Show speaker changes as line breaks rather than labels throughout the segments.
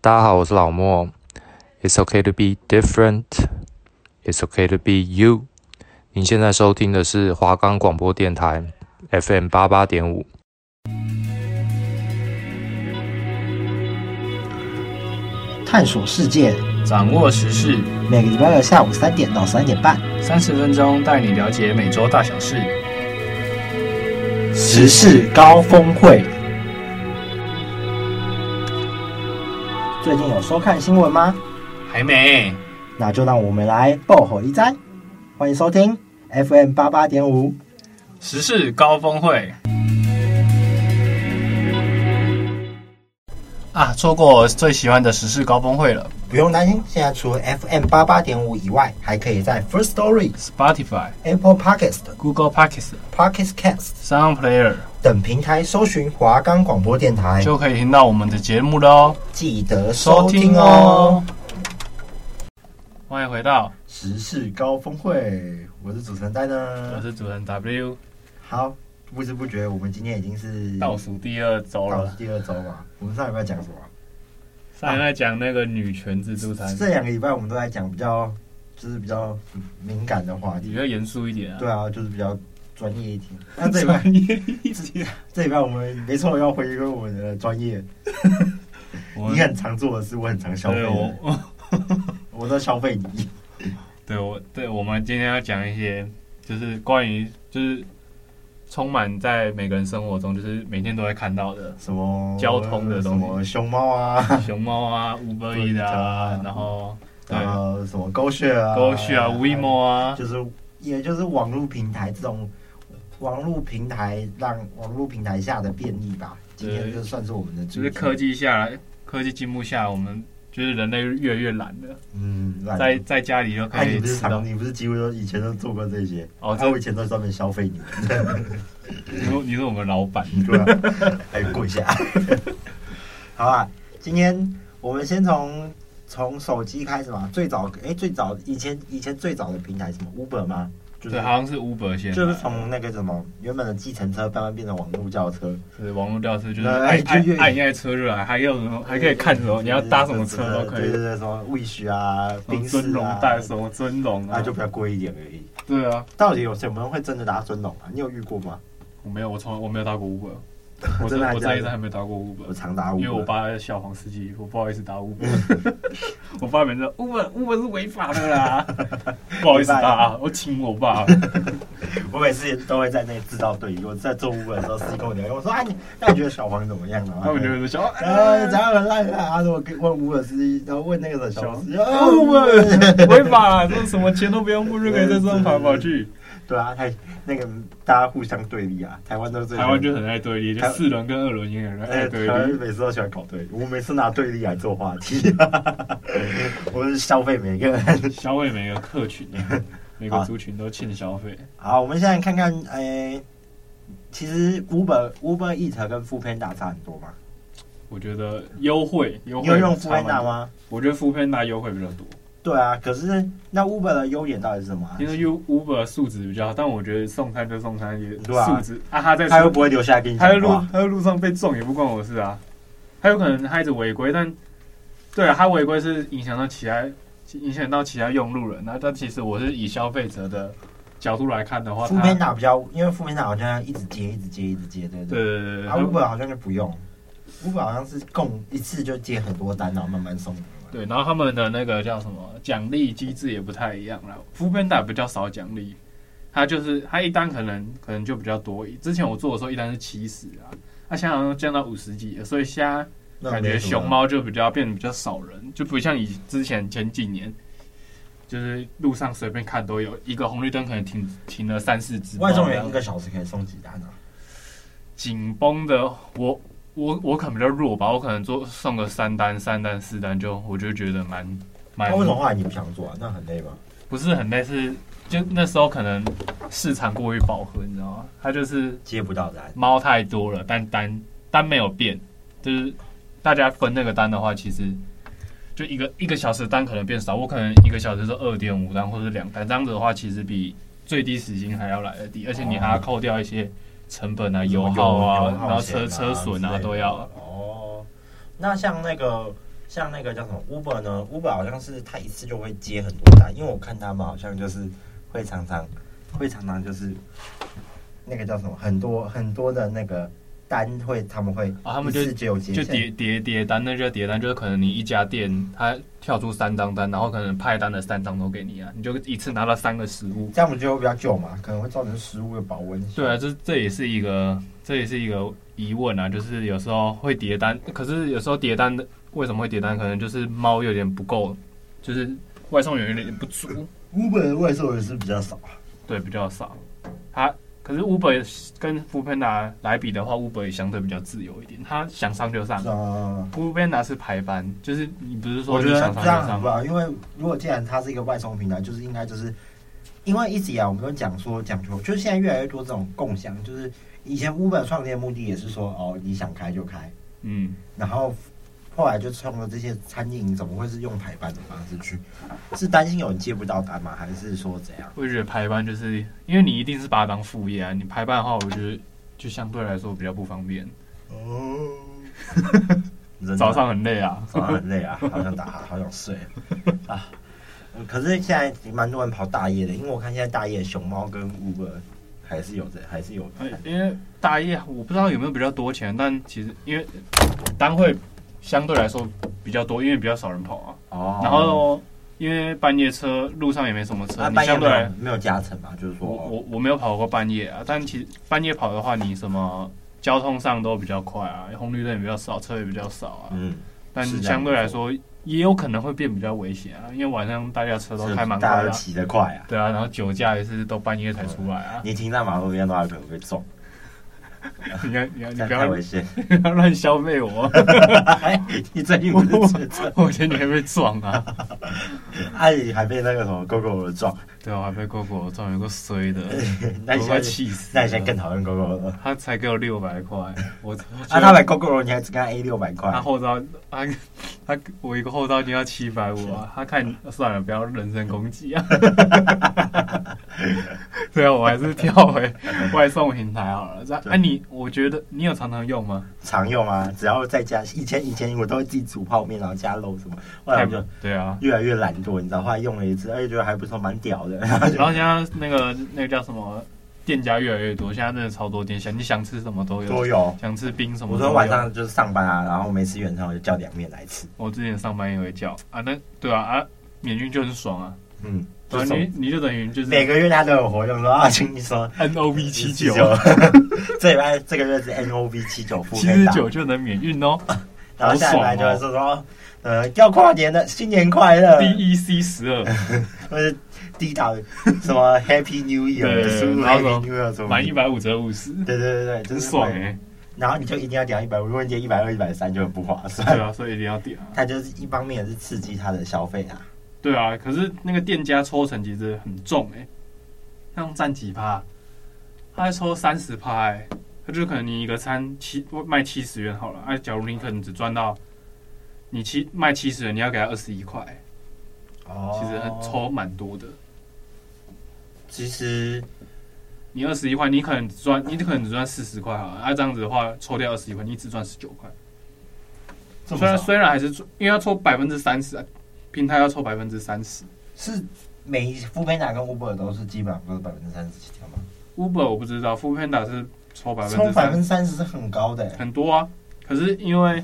大家好，我是老莫。It's okay to be different. It's okay to be you. 您现在收听的是华冈广播电台 FM 八八点五。
探索世界，
掌握时事，
每个礼拜二下午三点到三点半，
三十分钟带你了解每周大小事。
时事高峰会。最近有收看新闻吗？
还没，
那就让我们来爆火一灾。欢迎收听 FM 八八点五。
时事高峰会啊，错过我最喜欢的时事高峰会了
不用担心，现在除了 FM 八八点五以外，还可以在 First Story、
，Spotify、
Apple Podcast、
Google p o c k e t
Pocket Cast
Sound Player
等平台搜寻华冈广播电台，
就可以听到我们的节目了哦，
记得收听哦。。
欢迎回到，
时事高峰会，我是主持人戴
我
呢。
是主持人 W，
好，不知不觉我们今天已经是
倒数第二周
倒数
了。
第二周嘛。我们上礼拜讲什么啊？
上一拜讲那个女权自助餐，
这两个礼拜我们都在讲比较，就是比较敏感的话
比
题。
较严肃一点啊。
对啊，就是比较专业一 点。那这礼拜
专业一点，
这礼拜我们没错要回归我们的专业。
我
你很常做的事，我很常消费
对
的，
我，
我都消费你。
对我，对我们今天要讲一些，就是关于就是充满在每个人生活中，就是每天都会看到 的
什么
交通的
什
东西
么熊猫啊，
熊猫啊、五百亿的啊，然后对
然后什么狗血啊，
狗血啊、无一猫啊，
就是也就是网络平台这种网络平台让网络平台下的便利吧。今天就算是我们的主
就
题
是科，技下来，科技进步下，我们就是人类越来越懒了，
嗯，懒
在在家里就可
哎，你
以
不是
吃到
常，。你不是几乎都以前都做过这些？
哦，
哎，我以
这
前都专门消费你们，
你说你是我们老板，
对吧？哎，跪下。 好啊，今天我们先从从手机开始嘛。最早，哎，最早以前以前最早的平台是什么 Uber 吗？就是
对，好像是 Uber 先，
就是从那个什么原本的计程车慢慢变成网络轿车，
是网络调车，就是
对
按
就越
按按一下车就来，还有什么还可以看什么，你要搭什么车都可
对对
以，
对，什么 wish 啊、宾士
哦尊龙
啊，
带什么尊龙
那
啊，
就比较贵一点而已。
对啊，
到底有什么人会真的打尊龙啊？你有遇过吗？
我没有，我从来我没有搭 过 Uber，我
真的还
我
假的
这一生还没搭过
我
Uber，
常打五，
因为我爸是小黄司机，我不好意思搭 Uber，我 爸每次说 Uber Uber 是违法的 啦，不好意思搭啊，我请我爸，
我每次都会在那制造对立。我在做 Uber 的时候，司机跟我聊天，我说：“啊，你那你觉得小黄怎么样啊？”
他们就会说小
呃，怎
哎
样很烂啊？他说我问 Uber 司机，然后问那个 小黄司机，啊
啊 Uber 违法，这什么钱都不用付就可以在上跑来跑去，
对啊，太那个大家互相对立啊，台湾都是
台湾就很爱对立，就
台
四轮跟二轮也很爱
哎，
对
台湾
立。
每次都喜欢搞对立，我每次拿对立来做话题， 我是消费每个人。
消费每个客 群啊，每个族群都欠消费。
好，我们现在看看，诶、其实 Uber Uber Eat 跟 f o o p a n d a 差很多嘛？
我觉得优惠，优
你
惠
有用 f
差
o o p a n
蛮
d a
多？
吗？
我觉得 f o o p a n d a 优惠比较多。
对啊，可是那 Uber 的优点到底是什么、啊
听？说 U Uber 素质比较好，但我觉得送餐就送餐也
对啊
素质啊，他在
他又不会留下来跟你
他在
讲
路
话。
他在路上被撞也不关我事啊，他有可能他一直违规，但对啊，他违规是影响到其他影响到其他用路人，那但其实我是以消费者的角度来看的话，
f o o p a n
他
d a 比较，因为 f o o p a n d a 好像一直接，一直接，一直接，对不对？
对对对对，
啊
他
Uber 好像就不用，Uber 好像是共一次就接很多单，然后慢慢送。
对，然后他们的那个叫什么奖励机制也不太一样啦。f o o p a n d a 比较少奖励，它就是它一单可能可能就比较多。之前我做的时候一单是七十啊，它现在好像降到五十几了，所以现在
那
感
没
觉
什么啊
熊猫就比较变得比较少人，就不像以之前前几年，就是路上随便看都有一个红绿灯可能停停了三四只猫
外
这样。
送员一个小时可以送几单啊？
紧绷的我。我我可能比较弱吧，我可能做送个三单、三单、四单就，我就觉得蛮蛮。
那为什么后来你不想做啊？那很累吗？
不是很类似，就那时候可能市场过于饱和，你知道吗？它就是
接不到单，
猫太多了，但单单没有变，就是大家分那个单的话，其实就一个一个小时的单可能变少，我可能一个小时是二点五单或者是两单，这样子的话，其实比最低时薪还要来得低，而且你还要扣掉一些成本啊、油耗啊，然后车车损啊都要。
哦，那像那个像那个叫什么 Uber 呢？Uber 好像是他一次就会接很多单，因为我看他们好像就是会常常会常常就是那个叫什么，很多很多的那个单会他们会
啊他们就
一次只有接
就
下来
叠叠叠单，那就叠单，就是可能你一家店它跳出三张单，然后可能派单的三张都给你啊，你就一次拿到三个食物。
这样我们就会比较久嘛，可能会造成食物的保温。
对啊，，这这也是一个这也是一个疑问啊，就是有时候会叠单，可是有时候叠单的为什么会叠单？可能就是猫有点不够，就是外送员有点不足。
Uber 的外售也是比较少，
对，比较少。它可是 Uber 跟 f o o p a n d 来比的话，Uber 也相对比较自由一点，它想上就上
是。啊。
f o o p a n d 是排班，就是你不是说
我
你
觉得
想上
这
就
样很
上
不好，因为如果既然它是一个外送平台，就是应该就是，因为一直以来我们都讲说讲究，就是现在越来越多这种共享，就是以前 Uber 创立的目的也是说哦你想开就开，
嗯，
然后后来就创了这些餐饮怎么会是用排班的方式去？是担心有人接不到单吗？还是说怎样？
我觉得排班就是因为你一定是把它当副业啊，你排班的话，我觉得就相对来说比较不方便，
哦，真的
早上很累啊。
早上很累啊，好想打哈，好想睡啊。可是现在蛮多人跑大夜的，因为我看现在大夜熊猫跟 Uber 还是有的，还是有
呃因为大一我不知道有没有比较多钱，但其实因为单会相对来说比较多，因为比较少人跑啊。
哦
然后因为半夜车路上也没什么车，
那
你
啊半夜
相
没
对来
有没有加成嘛，就是说
我
哦
我我没有跑过半夜啊，但其实半夜跑的话，你什么交通上都比较快啊，红绿灯也比较少，车也比较少啊。
嗯，
但
是这样
相对来说，也有可能会变比较危险啊，因为晚上大家车都开蛮
大
快
家
的
都
啊、
骑得快啊，
对啊，然后酒驾也是都半夜才出来 啊。
你停在马路边的话可能会撞，
你看，你
这
看，你
样
不
太
要
危险。 哎
你不要乱消费我，
你最近不是车震，
我觉得你会被撞啊。
阿姨哎还被那个什么 GoGo 的撞，
对啊，我还被过过，我撞有个衰的，
那你
我
现
快
在
气死了。
那你现在更讨厌 GoGo 了。
他才给我六百块，我
啊，他买 GoGo 你还只跟他 A 六百块
他，后招，他 他我一个后招就要七百五啊！他看算了，不要人身攻击啊！ 对啊，我还是跳回 外送平台好了。那、啊、你我觉得你有常常用吗？
常用啊，只要在家，以前以前我都会自己煮泡面，然后加肉什么，后来
太
我就
对啊。
越来越懒惰，你知道，后来用了一次，而哎且觉得还不错，蛮屌的。 然后就
然后现在那个那个叫什么店家越来越多，现在真的超多店家，你想吃什么都有，
都有。
想吃冰什么
我
都
昨
有。
天晚上就是上班啊，然后没吃远餐，我就叫凉面来吃。
我之前上班也会叫啊，那对啊啊，免运就很爽啊，
嗯，
然
就
后
是
你你就等于就是
嗯每个月他都有活动，说啊，请你说
N O V 七九。，
这礼拜这个月是 N O V 七九付
七
费
十
打，
九就能免运哦。
然后下礼拜就会
好哦
说说，呃，要跨年了，新年快乐，
D E C 十二
或者低档什么 Happy New
对
Year，输入
然后说
Happy New Year 什么
满一百五折五十，
对对对对，就
真
是
爽
会
哎、
然后你就一定要点一百五，如果你点一百二、一百三就很不划
对
算。
啊，所以一定要点啊。
它就是一方面也是刺激它的消费啊，
对啊，可是那个店家抽成其实很重哎、欸，那种占几趴？他还抽三十趴哎，他就可能你一个餐七卖七十元好了，哎、假如你可能只赚到你七卖七十元，你要给他二十一块欸，
哦
其实很。抽蛮多的。
其实
你二十一块，你可能只赚，你可能只赚四十块好了，那、啊这样子的话，抽掉二十一块，你只赚十九块。
这么
虽然
少
虽然还是做因为要抽百分之三十，啊平台要抽百分之三十。
是每一富培达跟 Uber 都是基本上都是百分之三十起跳吗？
Uber 我不知道，Food Panda 是抽百分
抽
之
百分
三
之三十是很高的、欸，
很多啊。可是因为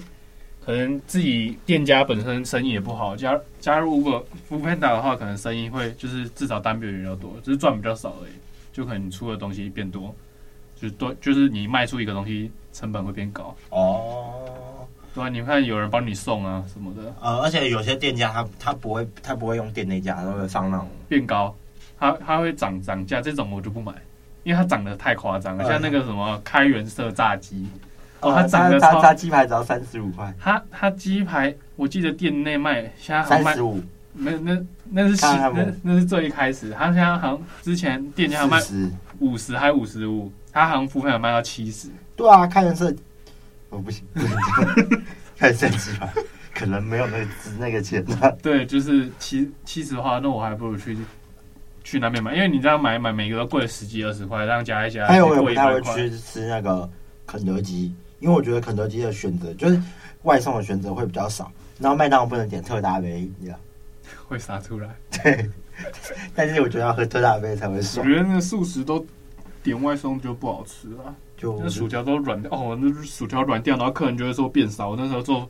可能自己店家本身生意也不好，加加入 Uber、Food Panda 的话，可能生意会就是至少单边比较多，只是赚比较少而已。就可能你出的东西变多，就是多就是你卖出一个东西成本会变高。
哦，
对啊，你看有人帮你送啊什么的
呃，而且有些店家他他不会他不会用店内价，他会放那种
变高，它它会涨涨价，这种我就不买。因为它涨得太夸张了，
嗯
像那个什么开元色炸鸡，哦
呃
它涨得
炸
超
炸鸡排只要三十五块，
它它鸡排，我记得店内卖，现在好像
三
卖
十五
没有那那是新
看看
那那是最一开始，它现在好像之前店家好像
四
卖
十，
五十还五十五，它好像付费有卖到七十，
对啊，看人是，我不行， 看人鸡排可能没有那个值那个钱啊。
对，就是七七十的话，那我还不如去去那边买，因为你这样买买每个都贵十几二十块，这样加一 加
还哎有我也不
也啊贵一
太
百
会
块。
去吃那个肯德基，因为我觉得肯德基的选择就是外送的选择会比较少。然后麦当劳不能点特大杯饮料，
会洒出来。
对，但是我觉得要喝特大杯才会
我
爽。
觉得那个素食都点外送就不好吃了，
就
那薯条都软掉哦，那薯条软掉，然后客人就会说变少。我那时候做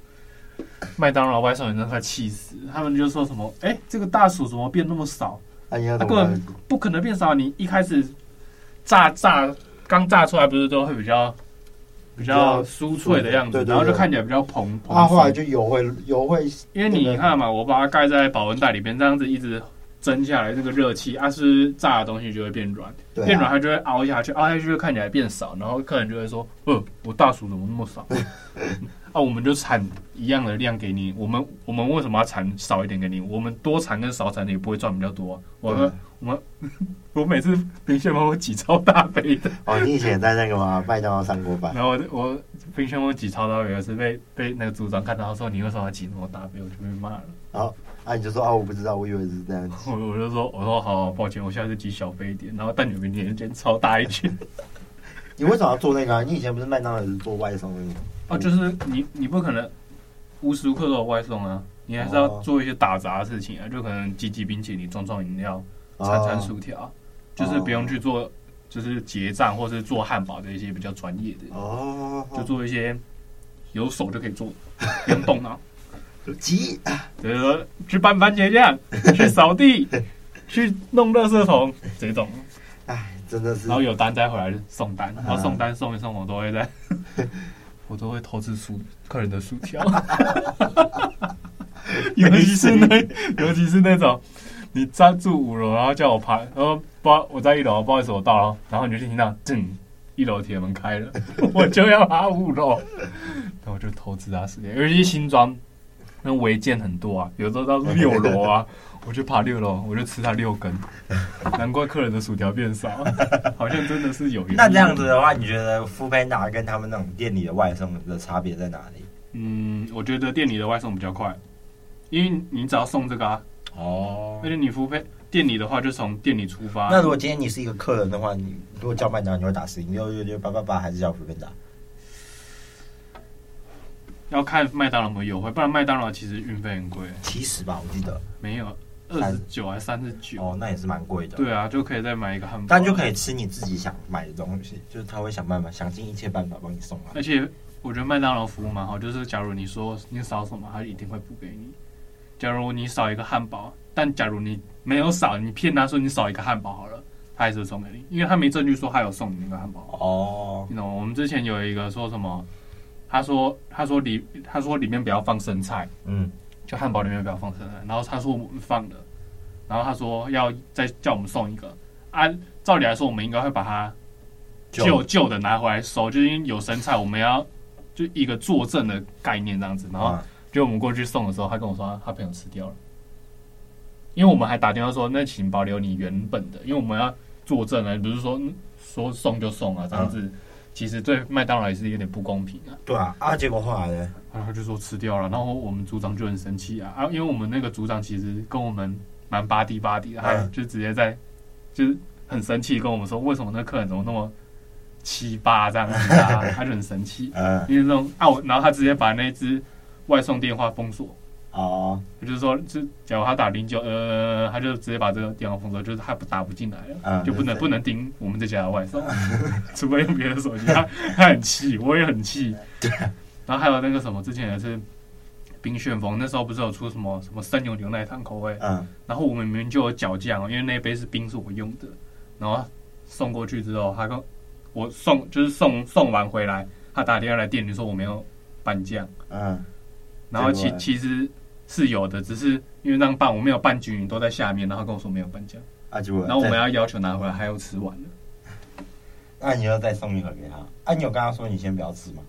麦当劳外送员，真的快气死，他们就说什么：“哎、这个大薯怎么变那么少？
啊，你要
它
怎
根
么
本
办？
不可能变少。啊你一开始炸炸刚炸出来，不是都会比较比较酥脆的样子，
对对对
然后就看起来比较蓬蓬
啊，后来
松。
就油会油会
因为你看嘛，我把它盖在保温袋里面，这样子一直蒸下来，那个热气，啊，是不是炸的东西就会变软。
对啊
变软它就会凹下去，凹下去就看起来变少，然后客人就会说：“呃，我大薯怎么那么少？” 啊，我们就产一样的量给你，我们我们为什么要产少一点给你？我们多产跟少产的也不会赚比较多啊、我们
对
我们 我每次冰炫帮我挤超大杯的，
哦，你以前也在那个嘛麦当劳上过班，
然后我我冰炫帮我挤超大杯，有一次被被那个组长看到，他说你为什么要挤那么大杯，我就被骂了。
然后啊你就说啊我不知道，我以为是这样子。
我我就说我说好，抱歉，我下次挤小杯一点，然后蛋卷冰淇淋煎超大一圈。
你为什么要做那个、啊？你以前不是麦当劳也是做外送的吗？
哦，就是你你不可能无时无刻都有外送啊，你还是要
哦
做一些打杂的事情啊，就可能挤挤冰淇淋、装装饮料、
哦
铲铲薯条，就是不用去做就是结账或是做汉堡这一些比较专业的，
哦，
就做一些有手就可以做，不用动脑。
急
比如说去拌番茄酱、去扫地、去弄垃圾桶这种，
哎，真的是
然后有单再回来送单，然后送单送一送，我都会在，嗯 我都会偷吃薯客人的薯条， 尤其是那尤其是那种你站住五楼，然后叫我爬，然后不好我在一楼，不好意思我到了，然后你就听到震。一楼铁门开 了，我就要爬五楼，然后我就偷吃他时间，尤其是新庄，那违建很多啊，有时候到六楼 啊，我就爬六楼，我就吃他六根，难怪客人的薯条 变少，好像真的是有原因。
那这样子的话，你觉得 f o o p a n d a 跟他们那种店里的外送的差别在哪里？
嗯，我觉得店里的外送比较快，因为你只要送这个啊，
哦
而且你服务费店里的话就从店里出发。
那如果今天你是一个客人的话，你如果叫麦当劳，你会打四零六六六八八八，还是叫 f o o p a n d a
要看麦当劳有没有优惠，不然麦当劳其实运费很贵，
七十吧，我记得。
没有二
三
十九还三十九。
哦，那也是蛮贵的。，
对啊，就可以再买一个汉堡，
但就可以吃你自己想买的东西，就是他会想办法，想尽一切办法帮你送啊来
而。且我觉得麦当劳服务蛮好，就是假如你说你少什么，他一定会补给你。假如你少一个汉堡，但假如你没有少，你骗他说你少一个汉堡好了，他还是会送给你，因为他没证据说他有送你那个汉堡。
哦，
你懂？我们之前有一个说什么，他说他说里他说里面不要放生菜，
嗯，
就汉堡里面不要放生菜。然后他说我们放了，然后他说要再叫我们送一个。按、照理来说，我们应该会把它旧旧的拿回来收，就是因为有生菜，我们要就一个作证的概念这样子。然后
啊
就我们过去送的时候，他跟我说他朋友吃掉了，因为我们还打电话说那请保留你原本的，因为我们要作证啊，不是说嗯说送就送啊，这样子、其实对麦当劳也是有点不公平啊。
对啊，啊，结果后来呢？
然后他就说吃掉了，然后我们组长就很生气啊啊，因为我们那个组长其实跟我们蛮巴蒂巴蒂的，他
嗯
就直接在就是很生气地跟我们说，为什么那客人怎么那么七八这样子啊，他就很生气，
嗯，
因为这种啊，我然后他直接把那只外送电话封锁。
哦，
就是说，就假如他打零九，呃，他就直接把这个电话封锁，就是他不打不进来了，
嗯
就不能
对
不能盯我们这家的外送， 除非用别的手机。他他很气，我也很气。 然后还有那个什么，之前也是冰旋风，那时候不是有出什么什么生牛牛奶糖口味，
嗯，
然后我们明明就有搅酱哦，因为那杯是冰是我用的，然后送过去之后，他跟我送就是送送完回来，他打电话来店里说我没有拌酱。
嗯，
然后
结果
其
呢
其实是有的，只是因为那样拌，我没有拌均匀，都在下面，然后跟我说没有拌酱，
啊，结果呢。
然后我们要要求拿回来，还有吃完了。
那你要再送一盒给他。啊，你有跟他说你先不要吃吗？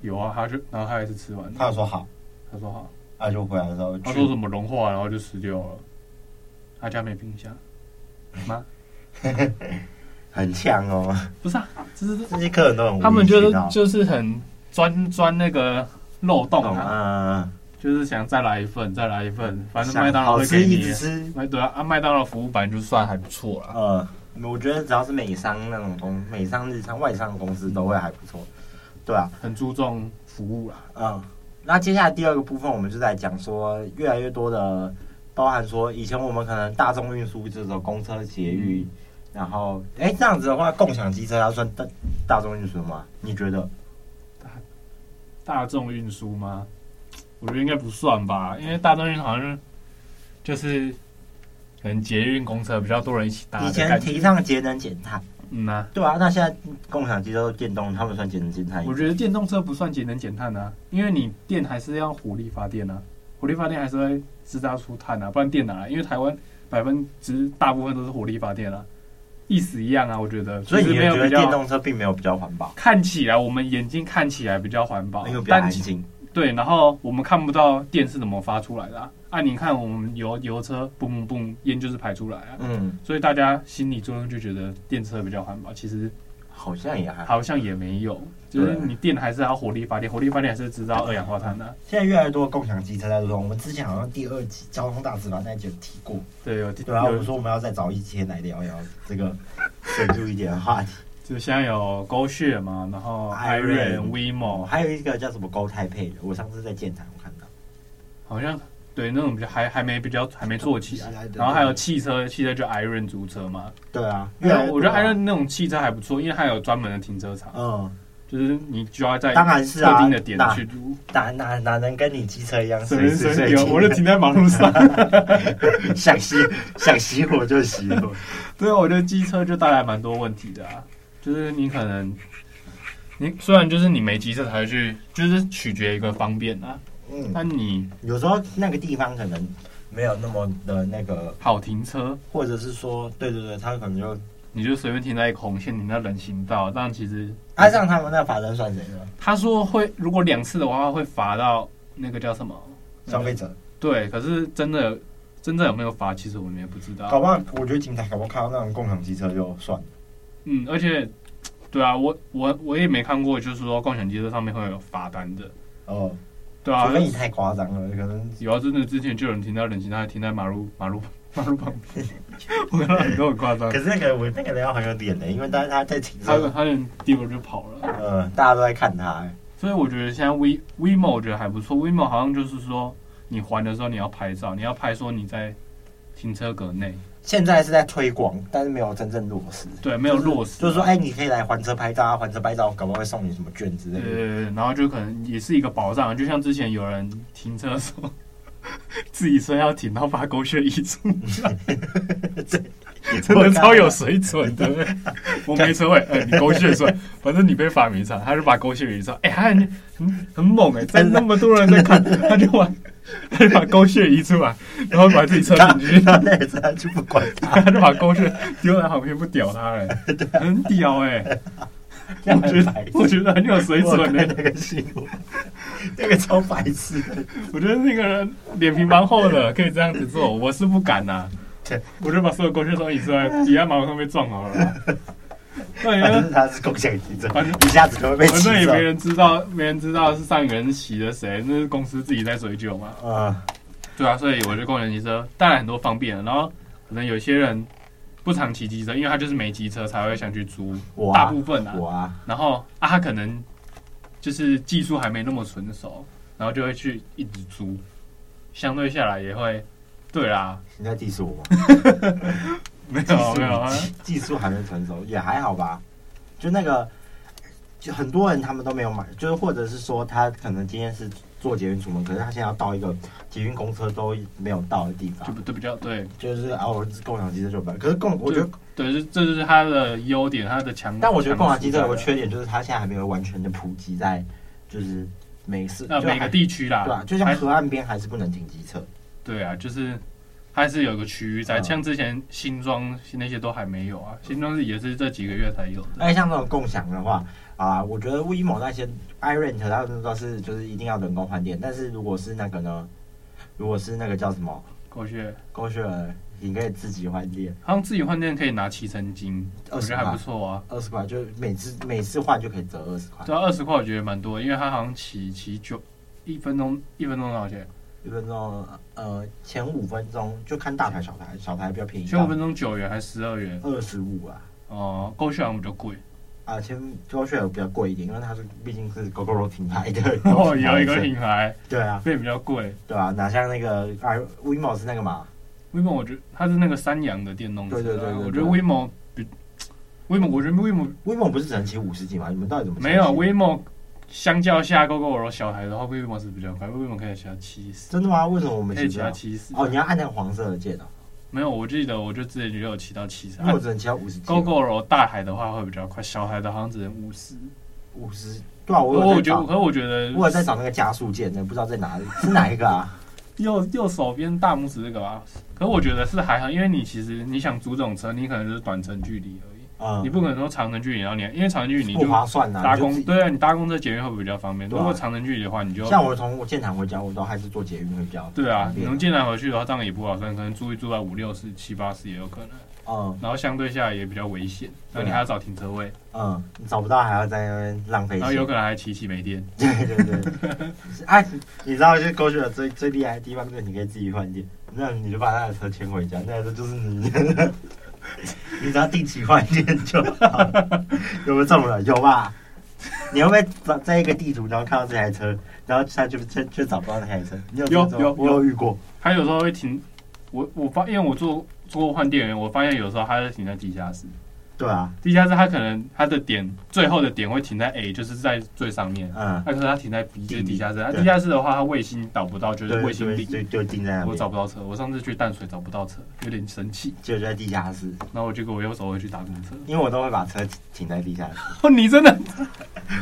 有啊，他就然后他也是吃完
他
了，
有说好，
他说好，
啊，就回来的时候去，
他说什么融化，然后就吃掉了。他家没冰箱吗？
很呛哦，
不是啊，这是
这些客人都很无理
他们就
取
是
闹
就是很钻钻那个漏洞
懂
啊，
啊，
就是想再来一份，再来一份，反正
想
麦当劳
好
会
吃
给
一
你
直。吃，
麦对啊啊，麦当劳服务本来就算还不错啦。
呃，我觉得只要是美商那种公，美商、日商、外商的公司都会还不错，对啊，
很注重服务啦。
嗯，那接下来第二个部分，我们就在讲说越来越多的，包含说以前我们可能大众运输这种公车、捷运，然后哎这样子的话，共享机车它算大大众运输吗？你觉得？
大众运输吗？我觉得应该不算吧，因为大众运输好像是就是可能捷运、公车比较多人一起搭
以
的
前
感觉。
提倡节能减碳，
嗯呐、啊，
对啊，那现在共享机车都电动，他们算节能减碳？
我觉得电动车不算节能减碳啊，因为你电还是要火力发电啊，火力发电还是会制造出碳啊，不然电哪来？因为台湾百分之大部分都是火力发电啊，意思一样啊，我觉得。
所以
只
你
是
们
没有
觉得
比较
电动车并没有比较环保，
看起来我们眼睛看起来比较环保
因为，比较
但
安
其
静。
对，然后我们看不到电是怎么发出来的啊。啊你看我们油油车嘣嘣嘣，烟就是排出来啊，
嗯，
所以大家心理作用就觉得电车比较环保，其实
好像也还好。
好像也没有，就是你电还是要火力发电，火力发电还是制造二氧化碳的啊、
现在越来越多共享机车在路上，我们之前好像第二集交通大致吧那一集有提过，
对，有
对啊，我
有
们，说我们要再找一些来聊聊这个深入一点的话题。
就现在有 Go s h a 嘛，然后
Iron
Iron、
哦，
WeMo，
还有一个叫什么高泰配的，我上次在建坛我看到，
好像对那种比较还还没比较还没做起
起来
来
的，
然后还有汽车，汽车就 Iron 租车嘛，
对啊，越来越多啊
我觉得 Iron 那种汽车还不错，因为它有专门的停车场，
嗯，
就是你就要在
当然是啊
特定的点
那
去租，
哪哪哪能跟你机车一样
随
随
时
时
随
随
地，
地，
我就停在马路上。
想熄想熄火就熄火。
对啊，我觉得机车就带来蛮多问题的啊，就是你可能，你虽然就是你没机车才会去，就是取决一个方便啊，
嗯，
但你
有时候那个地方可能没有那么的那个，
好停车，
或者是说，对对对，他可能就
你就随便停在一个红线，停在人行道，但其实
爱上他们那罚单算谁的？
他说会，如果两次的话会罚到那个叫什么
消费
嗯
者，
对，可是真的真的有没有罚，其实我们也不知道。
搞不好我觉得警察搞不好看到那种共享机车就算了。
嗯，而且，对啊，我我我也没看过，就是说共享机车上面会有罚单的，
哦，
对啊
除，非你太夸张了，可能
有啊，真的之前就有人停到人行道，停在马路 马路马路旁边， 我看到很多很夸张
可，是那个我那个人要很有脸的、因为他他在停
他
车，
他人丢了就跑了，
呃，大家都在看他、欸
所以我觉得现在 V VMO 我觉得还不错，VMO 好像就是说你还的时候你要拍照，你要拍说你在停车格内，
现在是在推广，但是没有真正落实。
对，啊没有落实，
就是说，哎、你可以来还车拍照啊，还车拍照，搞不好会送你什么券之类
对对
的。
对，然后就可能也是一个保障，就像之前有人停车的时候， 自己车要停到发狗血一出来， 真的 超有水准的。我没车位，哎、你狗血算，反正你被罚没差，他就把狗血一上，哎、他很很很猛哎、在那么多人在看，他就把他就把狗血移出来，然后把自己车
他
停进去，
他那个车就不管他，
他就把狗血丢在旁边不屌他了、很屌哎、我觉得我觉得很有水
我
准
看
的、
那个新闻， 那个超白痴的。
我觉得那个人脸皮蛮厚的，可以这样子做，我是不敢呐、啊
对
我就把所有狗血都移出来，抵在马路上被撞好了啦。对，因
反
为
正他是共享机 车
反正，
一下子就会被
反
骑
正也
走
没。人知道，没人知道是上一个人骑的谁，那是公司自己在追究嘛。
啊，
对啊，所以我觉得共享机车带来很多方便，然后可能有些人不常骑机车，因为他就是没机车才会想去租，
我啊
大部，分啊，
我啊，
然后啊他可能就是技术还没那么纯熟，然后就会去一直租，相对下来也会，对啦，
你在 diss 我吗？
没
技
有
术
没有啊，
技术还没成熟，也还好吧。就那个，就很多人他们都没有买，就是或者是说他可能今天是坐捷运出门，可是他现在要到一个捷运公车都没有到的地
就
方，
不对比较对
就是啊，我是共享机车就买。可是共，我觉得，
对，这这就是它的优点，它的强。
但我觉得共享机车有
强
个
处
缺点，就是它现在还没有完全的普及在，就是每次
在，呃，
就
每个
还
地区啦，
对啊，就
还
像河岸边还是不能停机车，
对啊，就是它还是有个区域在，
嗯
像之前新庄那些都还没有啊，新庄是也是这几个月才有的。
而且哎像那种共享的话，啊，我觉得 WeMo 那些 iRent 它们都是就是一定要人工换电，但是如果是那个呢，如果是那个叫什么
狗血
狗血儿，你可以自己换电，
好像自己换电可以拿骑乘金，我觉
20
得还不错啊。
二十块就每次每次换就可以折二十块，
对啊，二十块我觉得蛮多，因为它好像骑骑九一分钟，一分钟多少钱？
一分钟呃前五分钟就看大台小台，小台比较便宜，
前五分钟九元还是十二元？
二十五啊，
哦、狗血好像比较贵，，
啊，其实周血比较贵一点，因为它是毕竟是 GoGoRo 品牌的
哦， 有一个品牌
对啊，
费比较贵。
对啊，哪像那个啊 WeMo 是那个嘛，
WeMo 我觉得它是那个三洋的电动车
对
啊，
对对对对
我觉得 WeMo 比 WeMo 我觉得 WeMo
WeMo 不是只能骑五十几吗？你们到底怎么？
没有 WeMo 相较下 GoGoRo 小台的话，WeMo 是比较快，WeMo 可以骑到七十，
真的吗？为什么我们
可以
骑
哎
不
骑
到？
到七十。
哦，你要按那个黄色的键哦，
没有，我记得我就之前也有骑到七十。
因为我只能骑到五十几
GoGoRo 大台的话会比较快，小台的好像只能五十。
五十，对啊，我有
哦我
在
觉得，
找
可，是我觉得
我有在找那个加速键的，不知道在哪里，是哪一个啊？
右右手边大拇指这个吧。可是我觉得是还好，因为你其实你想租这种车，你可能就是短程距离而已，
嗯，
你不可能说长程距离，然后你因为长程距离你
不
就
划算呐、
搭
你就
公
自己
对啊，你搭公车捷运会比较方便。
对
如
啊
果长程距离的话，你就
像我从我建堂回家，我都还是坐捷运会比较
对啊
方，
你
便
从进来回去的话，当然也不划算，可能租一租啊到五六十、七八十也有可能。
嗯
然后相对下来也比较危险，然后
对
你
啊
还要找停车位，
嗯，你找不到还要在那边浪费
然后
钱。
有可能还骑骑没电。
对对对，哎、你知道就是狗血的最最厉害的地方就是你可以自己换电，那你就把他的车牵回家，那台车就是你的，你只要定期换电就好了。有没有中了？有吧？你会不会找在一个地图，然后看到这台车，然后他就就就找不到那台车？你有
有
这种
有
我有遇过，
他有时候会停，我我发因为我做做过换电源，我发现有时候他是停在地下室，
对啊，
地下室他可能他的点最后的点会停在 A，就是在最上面，啊
嗯，
那可是他停在 B，就是地下室。他
对
地下室的话，他卫星导不到，就
对
是卫星
对
顶，
对，就定在那
我
边，
找不到车。我上次去淡水找不到车，有点生气，
就在地下室，
然后我结果我又走回去打公 车。
因为我都会把车停在地下室。
哦，你真的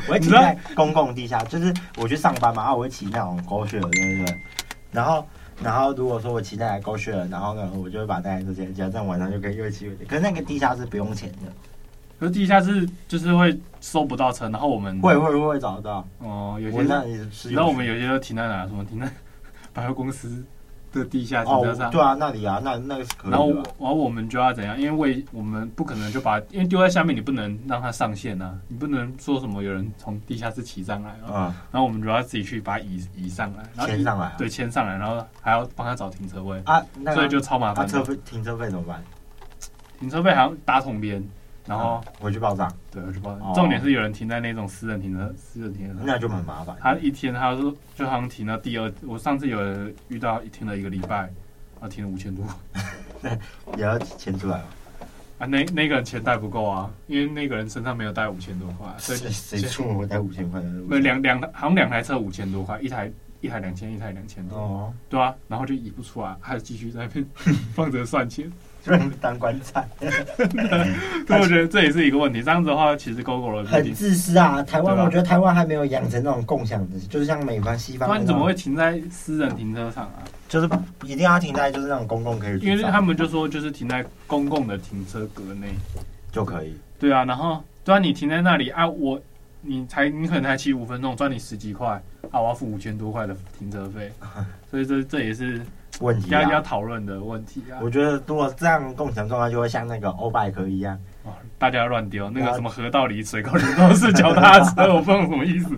我会骑在公共地下，就是我去上班嘛，然啊后我会骑那种狗血的，对不对？然后，然后如果说我骑那台狗血的，然后呢，我就会把那台车直接这样晚上就可以又骑回去。可是那个地下室不用钱的，
可是地下室就是会收不到车，然后我们
会会会找得到。
哦，有
我
些
那里是
你
有，
知道我嗯们有些都停在哪？什么停在 百货公司的地下停车
哦
场，。
对啊，那里啊，那那个是可以
然后，
的
然
吧。
后我们就要怎样？因为为我们不可能就把，因为丢在下面，你不能让它上线啊，你不能说什么有人从地下室骑上来啊。
嗯，
然后我们就要自己去把它移移上来，然后移
牵上来啊
对，牵上来，然后还要帮他找停车位，
啊，那
所以就
个
超麻
啊
烦的。
车费停车费怎么办？
停车费好像打桶边，然后、
我去报账，
对，我就不知
哦
道。重点是有人停在那种私人停车私人停车场，
那就很麻烦。
他一天他说就好像停到第二，我上次有人遇到停了一个礼拜，啊，停了五千多。
也要牵出来哦。
啊，那那个人钱带不够啊，因为那个人身上没有带五千多块，所
谁
以
谁出门会带五千块的？
不是两两好像两台车五千多块，一台一台两千，一台两千多，
哦，
对啊，然后就移不出来，还继续在那边放着算 钱，
就让当棺材。
所以我觉得这也是一个问题。这样子的话，其实 GoGo 的
很
定，
自私啊！台湾，
对啊
我觉得台湾还没有养成那种共享的，就是像美国、西
不
方那
然
种，
你怎么会停在私人停车场啊？
就是一定要停在就是那种公共可以
因
去
为他
上
们就说就是停在公共的停车格内，
就可以？
对啊，然后对啊，你停在那里啊，我你才你可能才骑五分钟，赚你十几块啊，我要付五千多块的停车 费，所以这这也是。
问题
要要
啊！
讨论的问题啊！
我觉得如果这样共享状态，就会像那个欧拜克一样，
哇哦大家乱丢那
对
个
啊
什么河道里、水沟里都是脚踏车，我不懂什么意 思。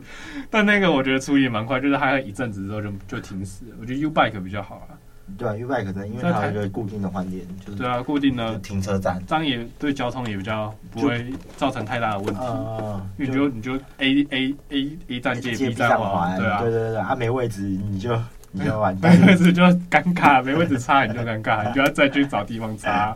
但那个我觉得处理得蛮快，就是还有一阵子之后就就停死了。我觉得 U Bike 比较好啊。
对吧、啊、？U bike 呢，因为
在
它有
台
一个固定的换电，就是
对啊，固定的
停车站，
这样也对交通也比较不会造成太大的问题。
呃，
因为你就你就 A A A A 站接 B 站滑，
对
对啊
对，对对，啊没位置你就你就 完蛋
没，位置就尴尬，没位置插你就尴尬，你就要再去找地方 插。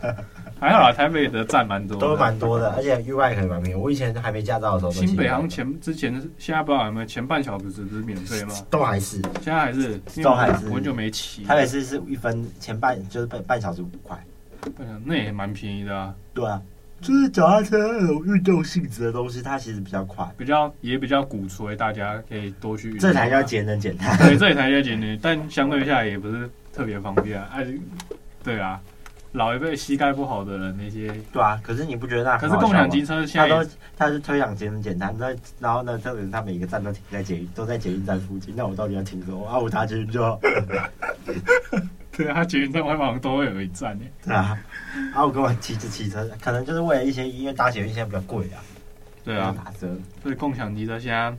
还好啦，台北的站蛮多的，
都蛮多的，而且 U bike 也蛮便宜。我以前还没驾照的时候，
新北航前之前现在不知道有没有前半小时不是免费吗？
都还是
现在还是，因为
都还是
我很久没骑，
台北市是一分前半就是半半小时五块。
那也蛮便宜的啊，
对啊，就是脚踏车那种运动性质的东西，它其实比较快，
比较也比较鼓吹大家可以多去运动
这
啊。
才叫节能减碳。
对，这才叫节能，但相对下也不是特别方便啊。哎，对啊，老一辈膝盖不好的人那些，
对啊，可是你不觉得那
可
很
是
好笑吗
共享机车现
它
在
都它是推广节能减碳，那然后呢，特别是它每个站都停在捷运，都在捷运站附近，那我到底要停什么啊？我搭捷运就好，
对啊，它捷运站外方都会有一站欸诶。
对 啊，啊我跟我骑着骑车，可能就是为了一些因为搭捷运现在比较贵啊，
对啊，
打折。
所以共享机车现在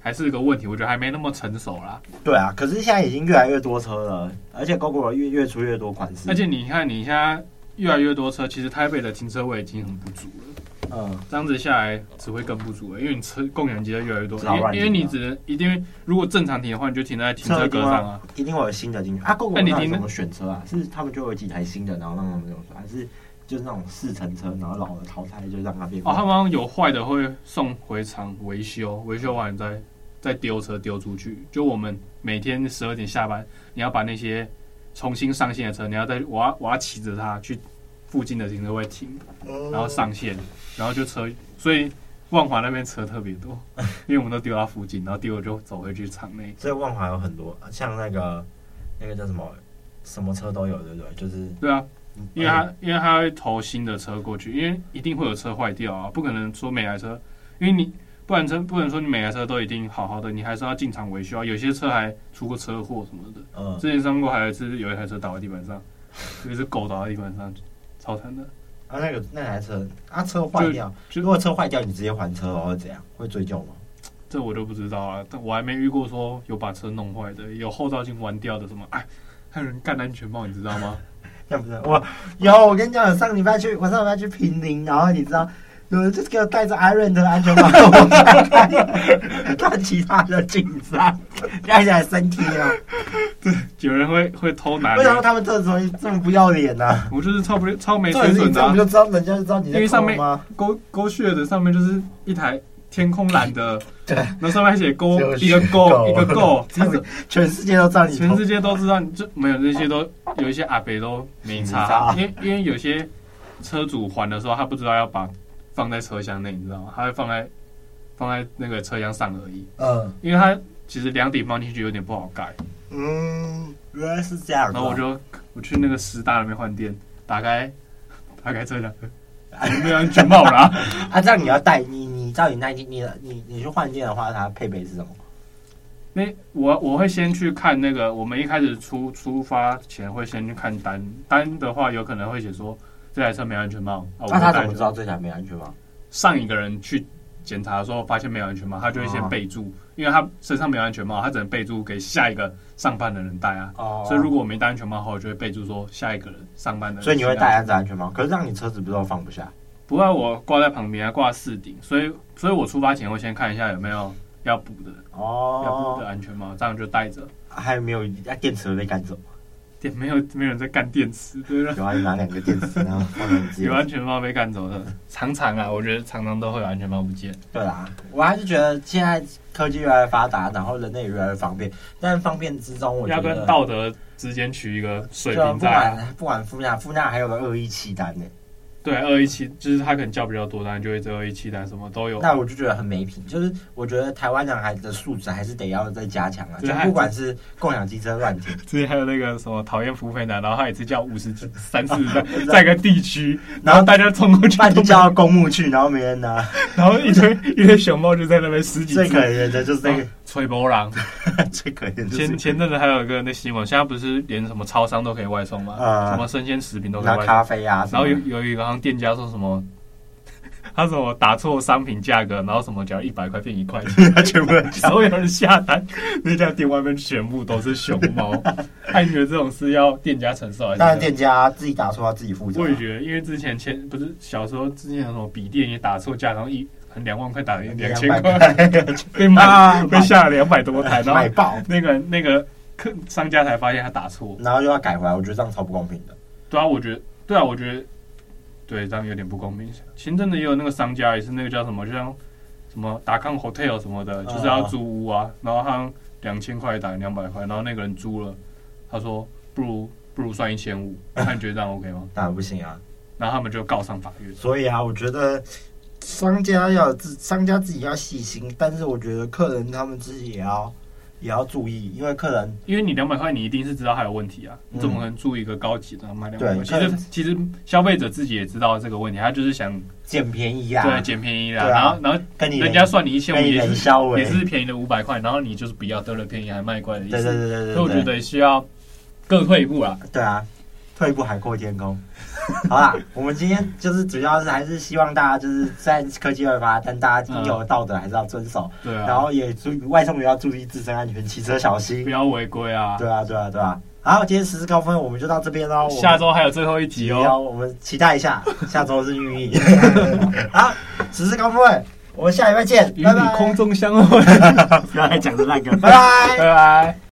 还是个问题，我觉得还没那么成熟啦。
对啊，可是现在已经越来越多车了，而且 GoGo 越越出越多款式，
而且你看，你现在越来越多车，其实台北的停车位已经很不足了。
嗯，
这样子下来只会更不足、因为你车共享机车越来越多，
只好
因
乱
为
停
因为你只能一定，如果正常停的话，你就停在停车格上啊。
一定会有新的进去啊。公
那
共
你
到底
听
怎么选车啊？是他们就有几台新的，然后让他们这种说，还是就是那种四乘车，然后老的淘汰就让它变？
哦，他们好像有坏的会送回厂维修，维修完再再丢车丢出去。就我们每天十二点下班，你要把那些重新上线的车，你要再我要我要骑着它去附近的停车位停，然后上线，然后就车，所以万华那边车特别多，因为我们都丢到附近，然后丢了就走回去厂内。
所以万华有很多，像那个那个叫什么，什么车都有，对不对？就是哎
对啊，因为他因为他会投新的车过去，因为一定会有车坏掉啊，不可能说每台车，因为你不然车不能说你每台车都一定好好的，你还是要进厂维修啊。有些车还出过车祸什么的，
嗯，
之前上过还有一次有一台车倒在地板上，有一只狗倒在地板上，超惨的。
啊那个那台车，啊车坏掉，
就
如果车坏掉你直接还车哦，会怎样？会追究吗？
这我就不知道啊，但我还没遇过说有把车弄坏的，有后照镜弯掉的什么，哎，还有人干安全帽，你知道吗？
要不然我有，我跟你讲，上礼拜去，我上礼拜去平林，然后你知道，有人就给我戴着 Iron 的安全帽，我看 看看其他的紧 张，看起来身体 啊，
有人会会偷拿
为什么
的，
他们这种这么不要脸呢、啊？
我就是超不超没
这种
水
事
准的、
这
啊
不。就知道人家就知道你
因
在
为上
抠
面
吗？
勾勾血的上面就是一台天空蓝 的，对，然后上面还写勾
就是
一个勾
勾
一个勾，
这样子全世界都知道你
全
偷
世界都知道，就没有那些都有一些阿北都没
没差
差，啊因为因为有些车主还的时候他不知道要把放在车厢内，你知道吗？他会放在放在那个车厢上而已，
嗯
因为他其实两顶放进去有点不好盖，
嗯，原来是这样
然
的。
后我就我去那个师大那边换电，打 开打开车厢，没有安全帽啦。
啊，这样你要戴你你到底那你你你你去换件的话，它配备是什么？
那我我会先去看那个，我们一开始出出发前会先去看单，单的话有可能会写说这台车没有安全帽，啊，我
那、他怎么
戴
知道这台没安全帽？
上一个人去检查的时候发现没有安全帽，他就会先备注，因为他身上没有安全帽，他只能备注给下一个上班的人戴啊。
哦
所以如果我没戴安全帽的话，我就会备注说下一个人上班的人。
所以你会戴安全安全帽，可是让你车子不知道放不下。
不过我挂在旁边，还挂四顶，所以所以我出发前会先看一下有没有要补的、要补
哦
的，安全帽，这样就戴着。
还有没有啊？电池会被赶走，
电没有没有人在干电池，对吧？
有啊，拿两个电池，然后放在你自己
有。啊安全帽被干走的，常常啊，我觉得常常都会有安全帽不见。
对啦，我还是觉得现在科技越来越发达，然后人类也越来越方便，但方便之中，我觉
要
得
跟道德之间取一个水
对啊
平
不
在啊。
管不管富娜，富娜还有个恶意契丹呢，
对，二一七就是他可能叫比较多单，就会这二一七单什么都有。
那我就觉得很没品。就是我觉得台湾男孩子的素质还是得要再加强啊，就
对还
不管是共享机车乱停，
之前还有那个什么讨厌付费男，然后他也是叫五十三四单， 在一个地区，然后大家冲过去
不然就
都没有，
叫到公墓去，然后没人 拿。
然后一堆一堆熊猫就在那边十几
最可
只。
怜的就是那个，
哦吹波浪，
最可怜 就是
前前阵子还有一个那新闻，现在不是连什么超商都可以外送吗？
啊
什么生鲜食品都可以
拿
外送。
咖啡啊什
然
么
后
的，
有有一个好像店家说什么， 他什么打错商品价格，然后什么只要一百块变一块 钱，
他全部人
然后有人下单，那家店外面全部都是熊 猫。哎，你觉得这种事要店家承受还是？
当然，店家自己打错，他自己负责啊。
我也觉得，因为之前前不是小时候之前有什么笔电也打错价，然后一很两万块打成两千块， 被
啊
骂被下了两百多台，然
买
后
爆，
那个那个客商家才发现他打错。
然后又要改回来，我觉得这样超不公平的。
对啊，我觉得，对啊，我觉得，对，这样有点不公平。前阵子也有那个商家，也是那个叫什么，就像什么达康 hotel 什么的，就是
嗯
要租屋啊，然后他两千块打两百块，然后那个人租了，他说不如不如算一千五，看你觉得这样 OK 吗？
当然不行啊。
然后他们就告上法院。
所以啊，我觉得商家要有自商家自己要细心，但是我觉得客人他们自己也要也要注意，因为客人
因为你两百块，你一定是知道它有问题啊，你怎么
嗯
可能租一个高级的卖两
对
百块？其
可
实
能
其实消费者自己也知道这个问题，他就是想
捡便宜
对
啊，
捡便宜
对
啦，
啊
然后然后
跟你
人家算你一千五
跟你
也
人
是
消为
也是便宜了五百块，然后你就是不要得了便宜还卖乖的意思。
对对对对对，
所以我觉得需要更退一步啦。
对啊，退一步海阔天空。好啦，我们今天就是主要是还是希望大家就是在科技二发，但大家应有的道德还是要遵守，
对
然
啊，
后也注意外送也要注意自身安全，骑车小心
不。要违规啊。
对啊，对啊，对啊。好，今天时事高分我们就到这边喽。我们
下周还有最后一集哦。
我们期待一下下周是寓 意。好，时事高分，我们下礼拜见，
与
拜
你
拜。
空中相会，
不要再讲这烂梗，拜拜
拜。拜。